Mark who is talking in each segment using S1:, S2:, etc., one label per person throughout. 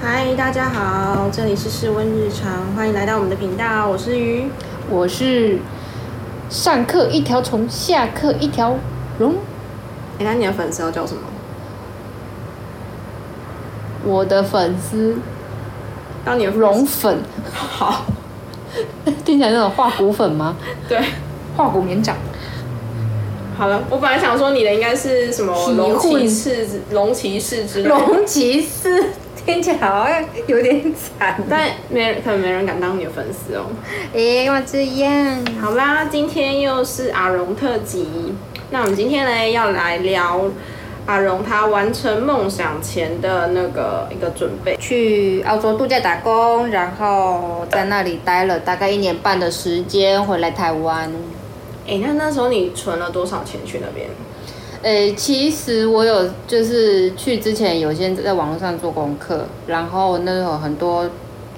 S1: 嗨，大家好，这里是室温日常，欢迎来到我们的频道，我是鱼。
S2: 我是上课一条虫，下课一条龙。
S1: 哎、那你的粉丝都叫什么？
S2: 我的粉丝
S1: 当你的粉丝
S2: 龙粉，
S1: 好，
S2: 听起来那种化骨粉吗？
S1: 对，
S2: 化骨绵掌。
S1: 好了，我本来想说你的应该是什么
S2: 喜
S1: 龙骑
S2: 混
S1: 士、龙骑士之类的，
S2: 龙骑士听起来好像有点 惨
S1: 但没人可能没人敢当你的粉丝哦。
S2: 哎、干嘛这样？
S1: 好啦，今天又是阿荣特辑。那我们今天呢，要来聊阿荣他完成梦想前的那个一个准备。
S2: 去澳洲度假打工，然后在那里待了大概一年半的时间，回来台湾。
S1: 哎、那那时候你存了多少钱去那边？
S2: 诶、呃其实我有就是去之前有先在网络上做功课，然后那有很多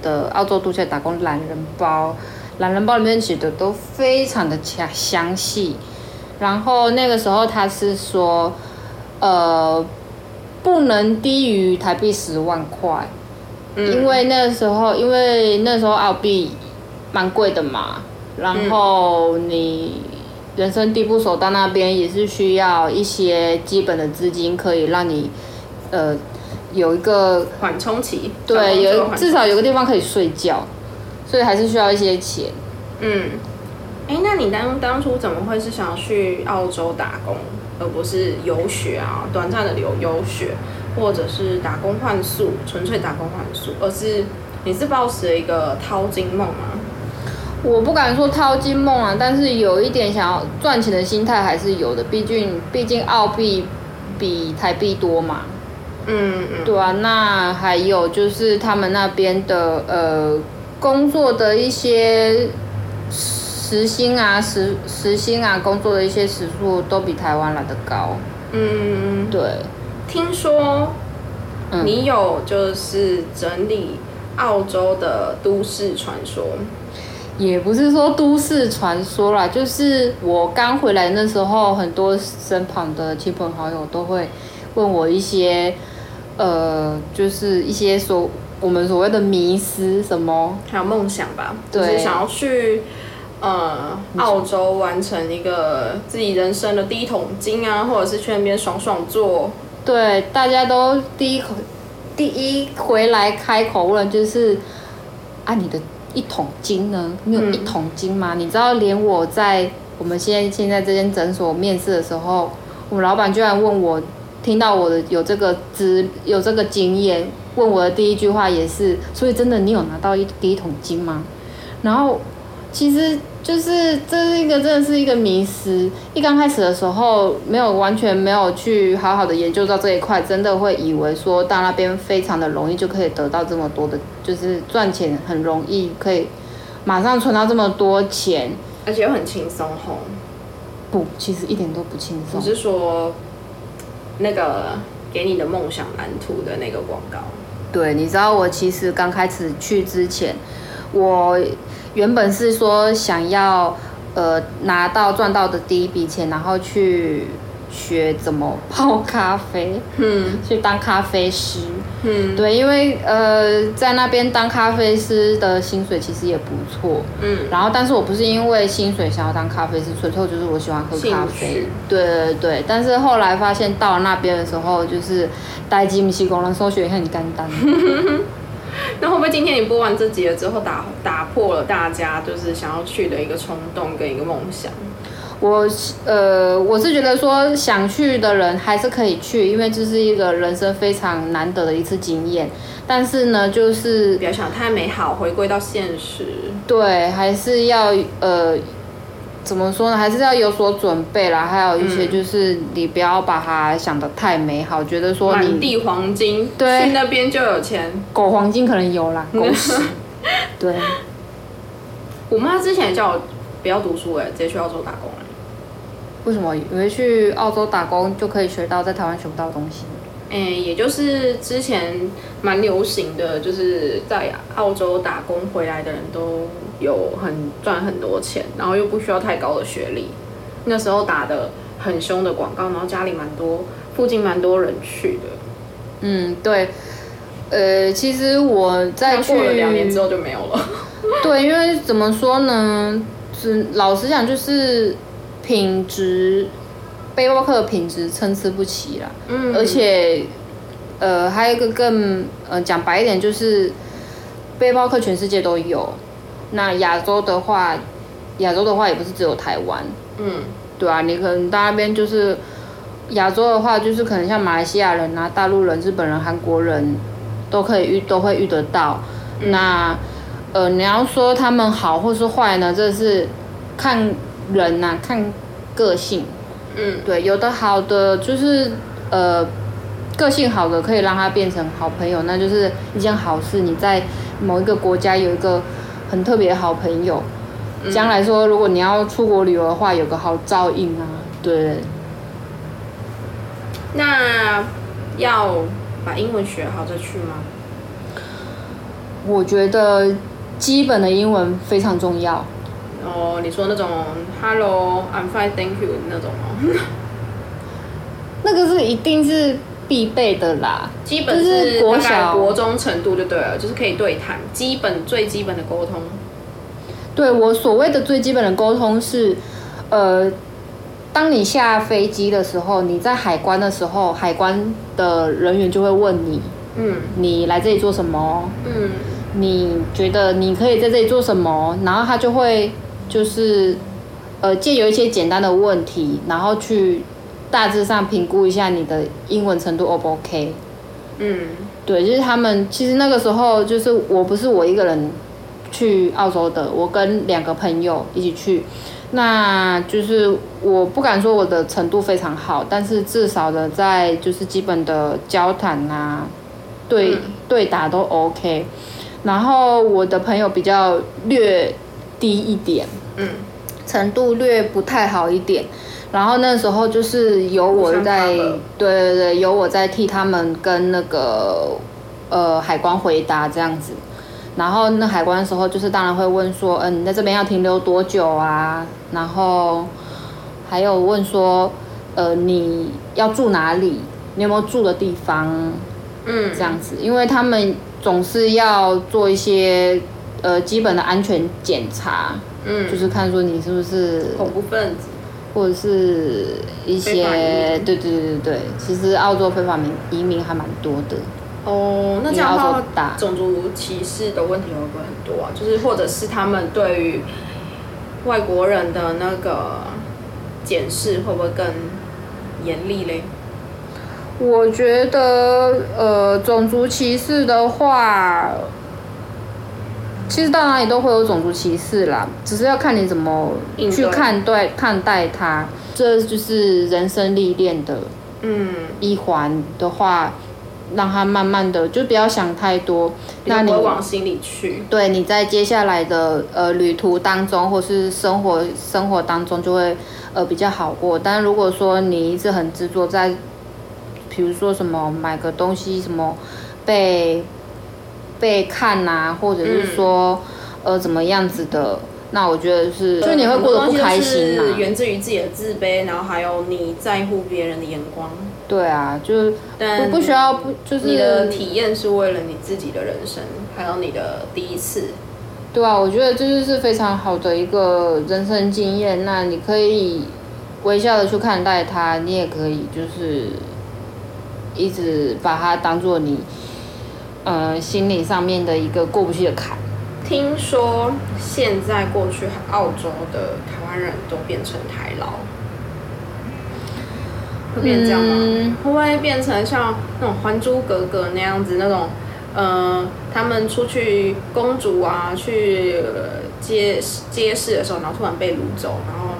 S2: 的澳洲度假打工懒人包，懒人包里面写的都非常的详详细。然后那个时候他是说，呃，不能低于台币十万块，因为那时候因为那时候澳币蛮贵的嘛，然后你人生地不熟到那边也是需要一些基本的资金，可以让你呃有一个
S1: 缓冲期，
S2: 对
S1: 找工作
S2: 有
S1: 缓冲
S2: 至少有个地方可以睡觉，所以还是需要一些钱。
S1: 嗯。哎、那你当当初怎么会是想要去澳洲打工，而不是游学啊，短暂的留游学，或者是打工换宿，纯粹打工换宿，而是你是抱持了一个淘金梦吗？
S2: 我不敢说淘金梦啊，但是有一点想要赚钱的心态还是有的，毕竟毕竟澳币比台币多嘛。
S1: 嗯嗯
S2: 对啊，那还有就是他们那边的呃工作的一些时薪啊、时时薪啊，工作的一些时数都比台湾来的高。
S1: 嗯，
S2: 对，
S1: 听说
S2: 嗯
S1: 你有就是整理澳洲的都市传说，
S2: 也不是说都市传说啦，就是我刚回来那时候，很多身旁的亲朋好友都会问我一些呃，就是一些所我们所谓的迷思什么。
S1: 还有梦想吧，就
S2: 对
S1: 是想要去呃澳洲完成一个自己人生的第一桶金啊，或者是去那边爽爽做。
S2: 对，大家都第一口第一回来开口问就是啊，你的一桶金呢？你有一桶金吗？你知道，连我在我们现在现在这间诊所面试的时候，我们老板居然问我，听到我的有这个资有这个经验，问我的第一句话也是，所以真的你有拿到一第一桶金吗？然后其实就是这是一个真的是一个迷失。一刚开始的时候，没有完全没有去好好的研究到这一块，真的会以为说到那边非常的容易就可以得到这么多的，就是赚钱很容易，可以马上存到这么多钱。
S1: 而且又很轻松吼，
S2: 不，其实一点都不轻
S1: 我
S2: 松。
S1: 是说那个给你的梦想蓝图的那个广告，
S2: 对，你知道我其实刚开始去之前，我原本是说想要呃拿到赚到的第一笔钱，然后去学怎么泡咖啡，
S1: 嗯
S2: 去当咖啡师。
S1: 嗯
S2: 对，因为呃在那边当咖啡师的薪水其实也不错。
S1: 嗯，
S2: 然后，但是我不是因为薪水想要当咖啡师，纯粹就是我喜欢喝咖
S1: 兴趣
S2: 啡。对对对，但是后来发现到了那边的时候，就是待机米西工人搜学很简单。
S1: 那会不会今天你播完这集了之后打打破了大家就是想要去的一个冲动跟一个梦想？
S2: 我呃，我是觉得说想去的人还是可以去，因为这是一个人生非常难得的一次经验。但是呢，就是
S1: 不要想太美好，回归到现实。
S2: 对，还是要呃，怎么说呢？还是要有所准备啦。还有一些就是你不要把它想得太美好，觉得说
S1: 满
S2: 你
S1: 地黄金，
S2: 对
S1: 去那边就有钱。
S2: 狗黄金可能有啦，狗屎。对，
S1: 我妈之前也叫我不要读书、欸，直接去澳洲打工、欸。
S2: 为什么以为去澳洲打工就可以学到在台湾学不到的东西？
S1: 嗯，也就是之前蛮流行的，就是在澳洲打工回来的人都有很赚很多钱，然后又不需要太高的学历。那时候打的很凶的广告，然后家里蛮多，附近蛮多人去的。
S2: 嗯，对，呃，其实我在
S1: 但
S2: 去
S1: 过了两年之后就没有了。
S2: 对，因为怎么说呢？只老实讲，就是品质，背包客的品质参差不齐啦。
S1: 嗯
S2: 而且，呃，还有一个更呃讲白一点，就是背包客全世界都有。那亚洲的话，亚洲的话也不是只有台湾，
S1: 嗯
S2: 对啊，你可能到那边就是亚洲的话，就是可能像马来西亚人啊、大陆人、日本人、韩国人都可以遇都会遇得到。
S1: 嗯
S2: 那呃，你要说他们好或是坏呢，这是看人呐、啊看个性。
S1: 嗯
S2: 对，有的好的就是呃，个性好的可以让他变成好朋友，那就是一件好事。你在某一个国家有一个很特别的好朋友，将来说如果你要出国旅游的话，有个好照应啊。对，
S1: 那要把英文学好再去吗？
S2: 我觉得基本的英文非常重要。
S1: 哦，你说那种 “Hello, I'm fine, thank you” 那种哦，
S2: 那个是一定是必备的啦，
S1: 基本
S2: 就是
S1: 是
S2: 国
S1: 大概
S2: 小
S1: 国中程度就对了，就是可以对谈，基本最基本的沟通。
S2: 对我所谓的最基本的沟通是，呃，当你下飞机的时候，你在海关的时候，海关的人员就会问你，
S1: 嗯
S2: 你来这里做什么？
S1: 嗯
S2: 你觉得你可以在这里做什么？然后他就会就是，呃，借由一些简单的问题，然后去大致上评估一下你的英文程度 O 不 OK？
S1: 嗯
S2: 对，就是他们其实那个时候就是我不是我一个人去澳洲的，我跟两个朋友一起去。那就是我不敢说我的程度非常好，但是至少的在就是基本的交谈啊，对、对打都 OK。然后我的朋友比较略低一点，
S1: 嗯，
S2: 程度略不太好一点。然后那时候就是有我在
S1: 互相 cover，
S2: 对对对，有我在替他们跟那个呃海关回答这样子。然后那海关的时候，就是当然会问说，嗯、你在这边要停留多久啊？然后还有问说，呃，你要住哪里？你有没有住的地方？
S1: 嗯
S2: 这样子，因为他们总是要做一些呃基本的安全检查，
S1: 嗯，
S2: 就是看说你是不是
S1: 恐怖分子。
S2: 或者是一
S1: 非法移
S2: 些
S1: 民
S2: 对对对对对，其实澳洲非法民移民还蛮多的，
S1: 哦，那这样的
S2: 因为澳
S1: 话
S2: 洲大，
S1: 种族歧视的问题会不会很多啊？就是或者是他们对于外国人的那个检视会不会更严厉嘞？
S2: 我觉得，呃，种族歧视的话，其实到哪里都会有种族歧视啦，只是要看你怎么
S1: 应对
S2: 去看待看待它。这就是人生历练的
S1: 嗯，
S2: 一环的话，让它慢慢的就不要想太多。
S1: 比
S2: 那
S1: 较
S2: 你
S1: 不会往心里去。
S2: 对你在接下来的呃旅途当中，或是生活生活当中，就会呃比较好过。但如果说你一直很执着在，比如说什么买个东西什么被被看呐、或者是说、呃怎么样子的，那我觉得是，就你会过得不开心
S1: 很多东西
S2: 呐、
S1: 都是源自于自己的自卑，然后还有你在乎别人的眼光，
S2: 对啊，就是
S1: 但
S2: 不不需要不就是
S1: 你的体验是为了你自己的人生，还有你的第一次。
S2: 对啊，我觉得这就是非常好的一个人生经验。那你可以微笑的去看待它，你也可以就是一直把它当做你呃心理上面的一个过不去的坎。
S1: 听说现在过去澳洲的台湾人都变成台劳，会变这样吗？
S2: 嗯
S1: 会不会变成像那种《还珠格格》那样子那种？呃，他们出去公主啊，去呃街街市的时候，然后突然被掳走，然后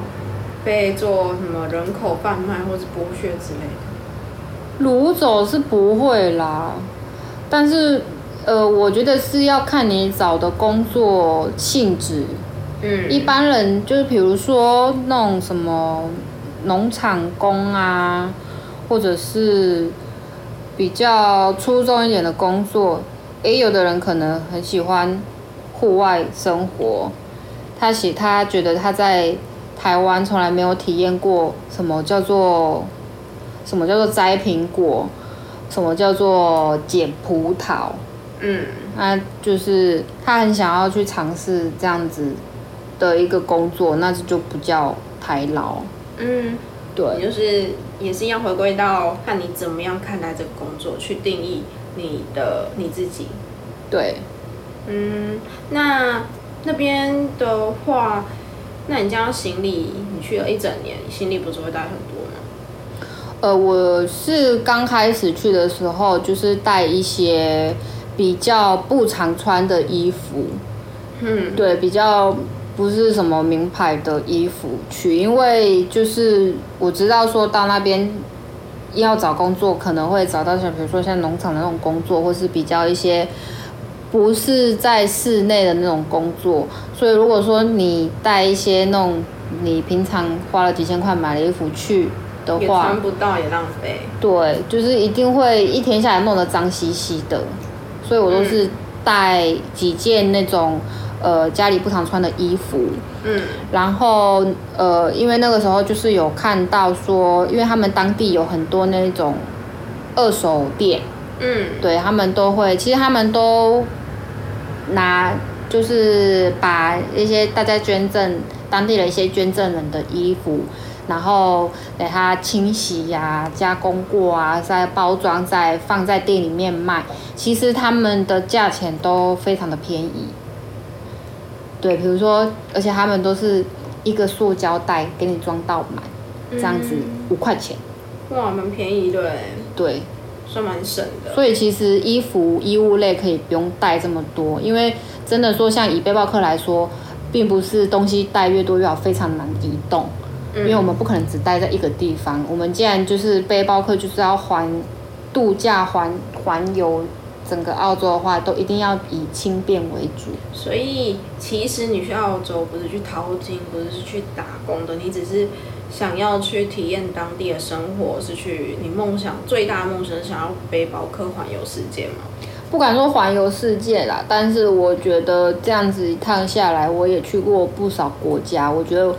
S1: 被做什么人口贩卖或是剥削之类的。
S2: 掳走是不会啦，但是呃，我觉得是要看你找的工作性质。
S1: 嗯，
S2: 一般人就是比如说那种什么农场工啊，或者是比较粗重一点的工作，也有的人可能很喜欢户外生活，他喜他觉得他在台湾从来没有体验过什么叫做什么叫做摘苹果，什么叫做捡葡萄，
S1: 嗯
S2: 那就是他很想要去尝试这样子的一个工作，那就不叫台劳。
S1: 嗯，你
S2: 对，
S1: 就是也是要回归到看你怎么样看待这个工作，去定义你的你自己。
S2: 对，
S1: 嗯，那那边的话，那你这样行李，你去了一整年，行李不是会带很多吗？
S2: 呃，我是刚开始去的时候，就是带一些比较不常穿的衣服，
S1: 嗯，
S2: 对，比较不是什么名牌的衣服去，因为就是我知道说到那边要找工作，可能会找到像比如说像农场的那种工作，或是比较一些不是在室内的那种工作，所以如果说你带一些那种你平常花了几千块买的衣服去的
S1: 也
S2: 话，
S1: 穿不到，也浪费。
S2: 对，就是一定会一天下来弄得脏兮兮的，所以我都是带几件那种呃家里不常穿的衣服，
S1: 嗯
S2: 然后呃因为那个时候就是有看到说，因为他们当地有很多那种二手店，
S1: 嗯
S2: 对他们都会，其实他们都拿就是把一些大家捐赠当地的一些捐赠人的衣服，然后给它清洗呀、加工过啊，再包装，再放在店里面卖。其实他们的价钱都非常的便宜。对，比如说，而且他们都是一个塑胶袋给你装到满，这样子五块钱。
S1: 哇，蛮便宜的哎，
S2: 对，
S1: 算蛮省的。
S2: 所以其实衣服衣物类可以不用带这么多，因为真的说像以背包客来说，并不是东西带越多越好，非常难移动，因为我们不可能只待在一个地方。我们既然就是背包客，就是要环度假环环游整个澳洲的话，都一定要以轻便为主。
S1: 所以其实你去澳洲不是去淘金，不是是去打工的，你只是想要去体验当地的生活，是去你梦想最大的梦想，想要背包客环游世界嘛？
S2: 不敢说环游世界啦，但是我觉得这样子一趟下来，我也去过不少国家，我觉得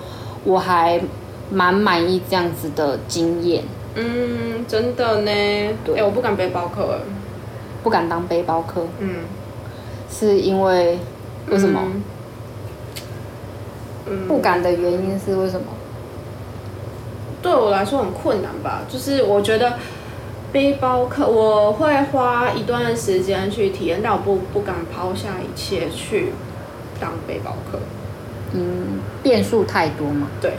S2: 我还蛮满意这样子的经验。
S1: 嗯，真的呢。
S2: 对
S1: 哎、我不敢背包客欸。
S2: 不敢当背包客，
S1: 嗯，
S2: 是因为为什么？
S1: 嗯？嗯
S2: 不敢的原因是为什么？
S1: 对我来说很困难吧，就是我觉得背包客我会花一段时间去体验，但我不不敢抛下一切去当背包客。
S2: 嗯，变数太多嘛，
S1: 对，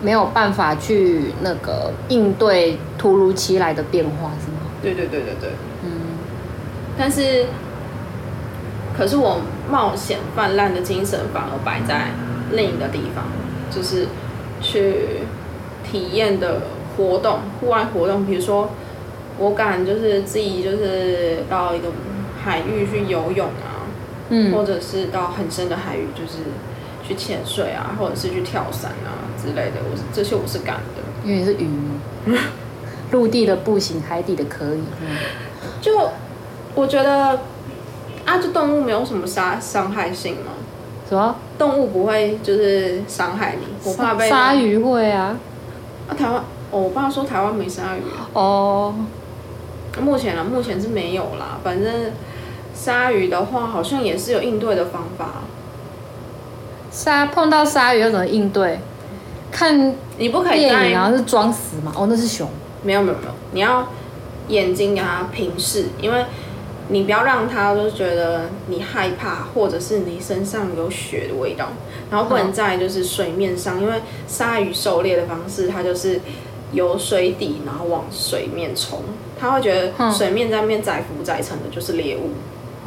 S2: 没有办法去那个应对突如其来的变化，是吗？
S1: 对对对对对。
S2: 嗯，
S1: 但是，可是我冒险泛滥的精神反而摆在另一个地方，就是去体验的活动，户外活动，比如说我敢就是自己就是到一个海域去游泳啊，
S2: 嗯
S1: 或者是到很深的海域就是去潜水啊，或者是去跳伞啊之类的，我是这些我是敢的。
S2: 因为是鱼嘛， 陆地的不行，海底的可以。嗯
S1: 就我觉得啊，这动物没有什么杀伤害性嘛。
S2: 什么？
S1: 动物不会就是伤害你，我怕被
S2: 鲨。鱼会啊？
S1: 啊，台湾、哦我爸说台湾没鲨鱼，
S2: 哦，
S1: 目前啊，目前是没有啦。反正鲨鱼的话，好像也是有应对的方法。
S2: 鲨碰到鲨鱼要怎么应对？看
S1: 你不可以
S2: 电影然啊
S1: 在
S2: 后是装死嘛？哦，那是熊。
S1: 没有没有没有，你要眼睛给它平视，因为你不要让它就是觉得你害怕，或者是你身上有血的味道，然后不能在就是水面上，因为鲨鱼狩猎的方式，它就是由水底然后往水面冲，它会觉得
S2: 嗯
S1: 水面在面载浮载沉的就是猎物，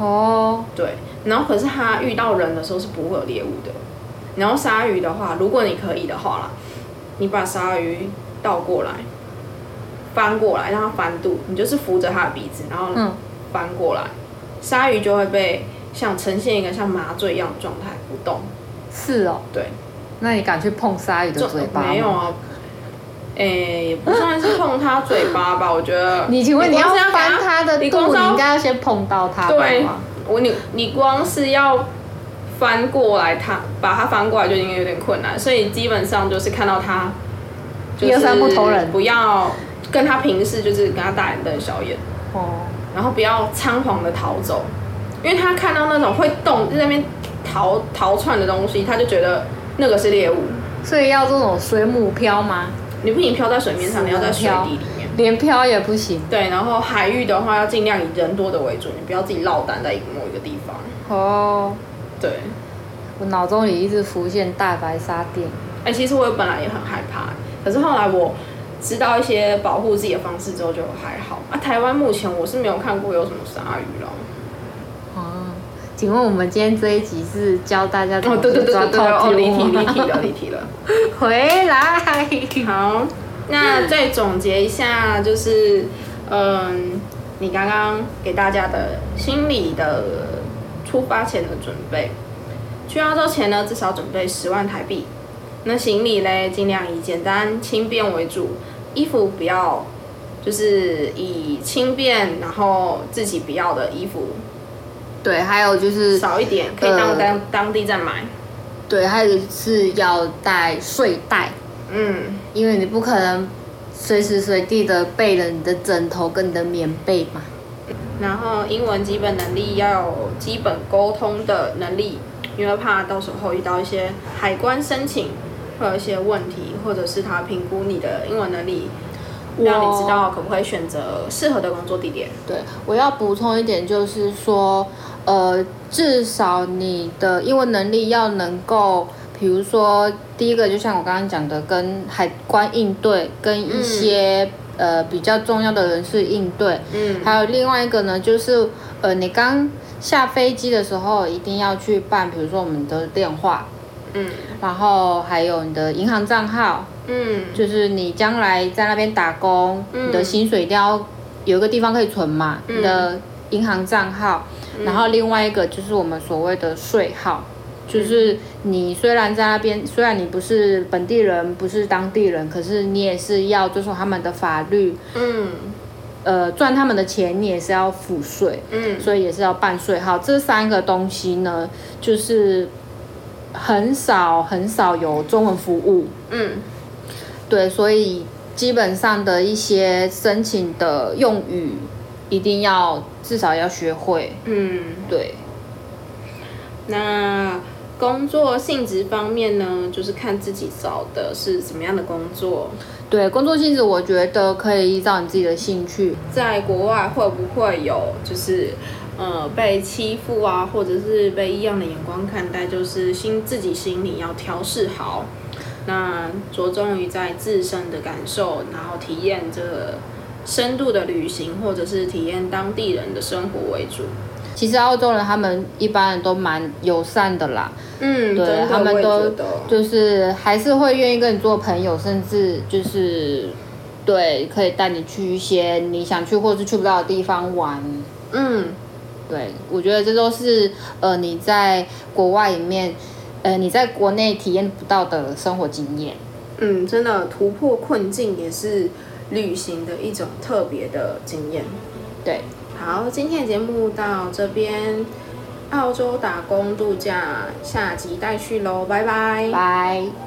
S2: 哦，
S1: 对，然后可是它遇到人的时候是不会有猎物的，然后鲨鱼的话，如果你可以的话啦，你把鲨鱼倒过来。翻过来，让它翻肚，你就是扶着它的鼻子，然后
S2: 嗯，
S1: 翻过来，鲨鱼就会被像呈现一个像麻醉一样的状态不动。
S2: 是哦。
S1: 对，
S2: 那你敢去碰鲨鱼的
S1: 就
S2: 嘴巴吗
S1: 没有？啊，诶、也不算是碰它嘴巴吧，我觉得。
S2: 你请问你要
S1: 光是给
S2: 翻它的
S1: 你
S2: 肚，
S1: 光是
S2: 你
S1: 要
S2: 应该要先碰到它
S1: 对
S2: 吧？
S1: 我你你光是要翻过来它，把它翻过来就已经有点困难，所以基本上就是看到它，
S2: 一二三不投人
S1: 不要。跟他平视，就是跟他大眼瞪小眼，
S2: 哦，
S1: 然后不要仓皇的逃走，因为他看到那种会动在那边逃逃窜的东西，他就觉得那个是猎物。
S2: 所以要这种水母漂吗？
S1: 你不仅漂在水面上，你要在水底里面。
S2: 连漂也不行
S1: 对，然后海域的话要尽量以人多的为主，你不要自己落单在某一个地方。
S2: 哦。
S1: 对，
S2: 我脑中里一直浮现大白鲨电影，
S1: 哎、其实我本来也很害怕，可是后来我知道一些保护自己的方式之后就还好。啊，台湾目前我是没有看过有什么鲨鱼了。
S2: 哦，请问我们今天这一集是教大家怎么
S1: 对对
S2: 去
S1: 对
S2: 抓
S1: 对对，
S2: 套
S1: 哦，离题
S2: 丢
S1: 离题
S2: 吗？
S1: 了，离题了。
S2: 回来，
S1: 好，那再总结一下，就是嗯，你刚刚给大家的心理的出发前的准备，去澳洲前呢，至少准备十万台币。那行李嘞，尽量以简单轻便为主，衣服不要，就是以轻便，然后自己不要的衣服
S2: 对，还有就是
S1: 少一点，可以当
S2: 呃
S1: 当、当地再买。
S2: 对，还有就是要带睡袋，
S1: 嗯，
S2: 因为你不可能随时随地的备了你的枕头跟你的棉被嘛。
S1: 然后英文基本能力要有基本沟通的能力，因为怕到时候遇到一些海关申请会有一些问题，或者是他评估你的英文能力，
S2: 哦
S1: 让你知道可不可以选择适合的工作地点。
S2: 对，我要补充一点，就是说，呃，至少你的英文能力要能够，比如说，第一个就像我刚刚讲的，跟海关应对，跟
S1: 嗯
S2: 一些、呃比较重要的人事应对，
S1: 嗯，
S2: 还有另外一个呢，就是呃，你刚下飞机的时候一定要去办，比如说我们的电话，
S1: 嗯
S2: 然后还有你的银行账号，
S1: 嗯
S2: 就是你将来在那边打工，
S1: 嗯
S2: 你的薪水一定要有一个地方可以存嘛，
S1: 嗯
S2: 你的银行账号，然后另外一个就是我们所谓的税号。
S1: 嗯
S2: 就是你虽然在那边，虽然你不是本地人，不是当地人，可是你也是要遵守他们的法律，
S1: 嗯
S2: 呃，赚他们的钱，你也是要付税，
S1: 嗯
S2: 所以也是要办税号。这三个东西呢，就是很少很少有中文服务，
S1: 嗯
S2: 对，所以基本上的一些申请的用语，一定要至少要学会。
S1: 嗯。
S2: 对，
S1: 那工作性质方面呢，就是看自己找的是什么样的工作，
S2: 对，工作性质我觉得可以依照你自己的兴趣。
S1: 在国外会不会有就是呃被欺负啊，或者是被异样的眼光看待，就是心自己心里要调试好，那着重于在自身的感受，然后体验这个深度的旅行，或者是体验当地人的生活为主。
S2: 其实澳洲人他们一般人都蛮友善的啦，
S1: 嗯，
S2: 对
S1: 真的
S2: 他们
S1: 我也
S2: 都
S1: 觉得
S2: 就是还是会愿意跟你做朋友，甚至就是对可以带你去一些你想去或是去不到的地方玩。
S1: 嗯
S2: 对，我觉得这都是呃你在国外里面，呃你在国内体验不到的生活经验。
S1: 嗯，真的突破困境也是旅行的一种特别的经验。
S2: 对，
S1: 好，今天的节目到这边，澳洲打工度假下集待续喽，拜拜
S2: 拜。